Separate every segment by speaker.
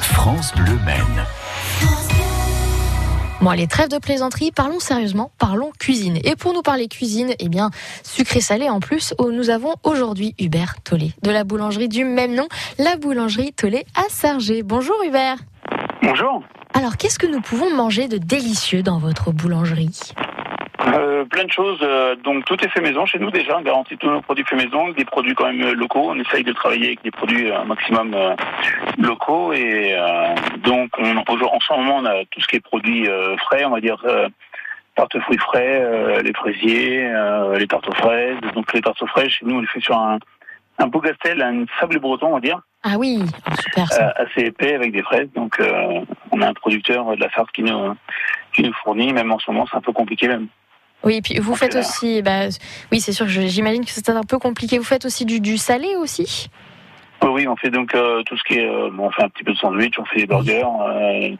Speaker 1: France Bleu Maine.
Speaker 2: Bon, allez, trêve de plaisanterie, parlons sérieusement, parlons cuisine. Et pour nous parler cuisine, eh bien, sucré-salé en plus, oh, nous avons aujourd'hui Hubert Tollet, de la boulangerie du même nom, la boulangerie Tollet à Sargé. Bonjour Hubert
Speaker 3: Bonjour.
Speaker 2: Alors, qu'est-ce que nous pouvons manger de délicieux dans votre boulangerie
Speaker 3: Euh, plein de choses. euh, donc tout est fait maison chez nous déjà. On garantit tous nos produits faits maison, des produits quand même euh, locaux. On essaye de travailler avec des produits euh, un maximum euh, locaux. Et euh, donc on, aujourd'hui- en ce moment, on a tout ce qui est produits euh, frais, on va dire euh, tartes aux fruits frais, euh, les fraisiers, euh, les tartes aux fraises. Donc les tartes aux fraises, chez nous, on les fait sur un, un beau gastel, un sable breton, on va dire,
Speaker 2: Ah oui, oh, super ça.
Speaker 3: euh, assez épais avec des fraises. Donc euh, on a un producteur euh, de la Sarthe qui nous, qui nous fournit. Même en ce moment, c'est un peu compliqué même.
Speaker 2: Oui, et puis vous faites
Speaker 3: là.
Speaker 2: aussi, bah, oui, c'est sûr, je- j'imagine que c'est un peu compliqué. Vous faites aussi du, du salé aussi
Speaker 3: Oui, oui, on fait donc euh, tout ce qui est. euh, bon, on fait un petit peu de sandwich, on fait des burgers euh,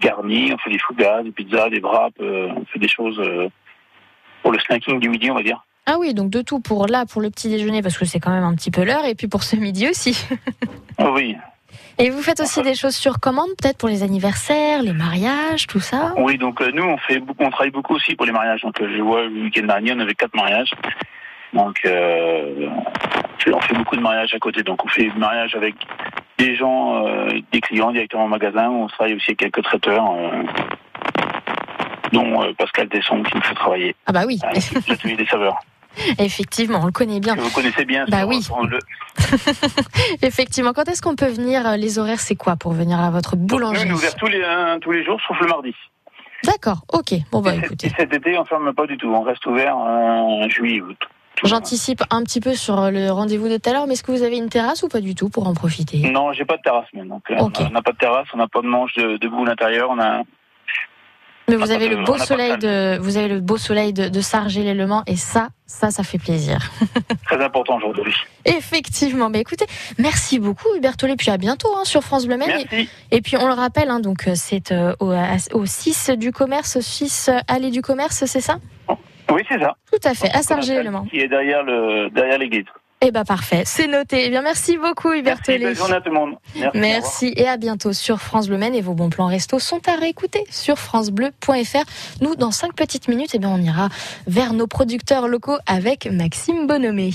Speaker 3: garnis, on fait des fougas, des pizzas, des wraps, euh, on fait des choses euh, pour le snacking du midi, on va dire.
Speaker 2: Ah oui, donc de tout pour là, pour le petit déjeuner, parce que c'est quand même un petit peu l'heure, et puis pour ce midi aussi.
Speaker 3: Ah oui,
Speaker 2: Et vous faites aussi des choses sur commande, peut-être pour les anniversaires, les mariages, tout ça
Speaker 3: oui. Donc euh, nous, on fait beaucoup, on travaille beaucoup aussi pour les mariages. Donc euh, je vois le week-end dernier, on avait quatre mariages. Donc euh, on fait beaucoup de mariages à côté. Donc on fait des mariages avec des gens, euh, des clients directement au magasin. On travaille aussi avec quelques traiteurs, euh, dont euh, Pascal Desson qui me fait travailler.
Speaker 2: Ah bah oui,
Speaker 3: Ah, L'atelier des saveurs.
Speaker 2: effectivement, on le connaît bien.
Speaker 3: Que vous connaissez bien.
Speaker 2: Bah
Speaker 3: sur-
Speaker 2: oui.
Speaker 3: sur le-
Speaker 2: Effectivement, quand est-ce qu'on peut venir euh, Les horaires, c'est quoi pour venir à votre
Speaker 3: Nous, on
Speaker 2: boulangerie
Speaker 3: est ouvert tous les, euh, tous les jours, sauf le mardi.
Speaker 2: D'accord, ok. Bon bah
Speaker 3: et, cet,
Speaker 2: écoutez,
Speaker 3: et cet été, on ferme pas du tout. On reste ouvert euh, juillet, août. Tout le temps.
Speaker 2: j'anticipe un petit peu sur euh, le rendez-vous de tout à l'heure, mais est-ce que vous avez une terrasse ou pas du tout pour en profiter
Speaker 3: Non, j'ai pas de terrasse, mais donc euh,
Speaker 2: Ok.
Speaker 3: on n'a pas de terrasse, on n'a pas de manche de, debout à l'intérieur, on a
Speaker 2: Mais
Speaker 3: On
Speaker 2: vous
Speaker 3: n'a
Speaker 2: avez
Speaker 3: pas de-
Speaker 2: le
Speaker 3: on
Speaker 2: beau
Speaker 3: n'a pas de
Speaker 2: soleil de, vous avez le beau soleil de, de Sargé les Mans et ça, ça, ça fait plaisir.
Speaker 3: très important aujourd'hui.
Speaker 2: Effectivement. Mais écoutez, merci beaucoup Hubert Tollet, puis à bientôt hein, sur France Bleu Maine.
Speaker 3: Merci.
Speaker 2: Et puis on le rappelle, hein, donc euh, c'est euh, au, à- au 6 du commerce, 6 euh, allée du commerce, c'est ça
Speaker 3: Oui, c'est ça.
Speaker 2: Tout à fait, à Sargé
Speaker 3: Sarger
Speaker 2: le Mans.
Speaker 3: Qui est derrière le derrière les guides.
Speaker 2: Eh ben parfait, c'est noté. Eh bien merci beaucoup Hubert
Speaker 3: Merci.
Speaker 2: Tollet.
Speaker 3: Bonne journée à tout le monde. Merci. au revoir.
Speaker 2: Merci et à bientôt sur France Bleu Maine et vos bons plans resto sont à réécouter sur francebleu.fr. Nous, dans cinq petites minutes, eh bien, on ira vers nos producteurs locaux avec Maxime Bonhomé.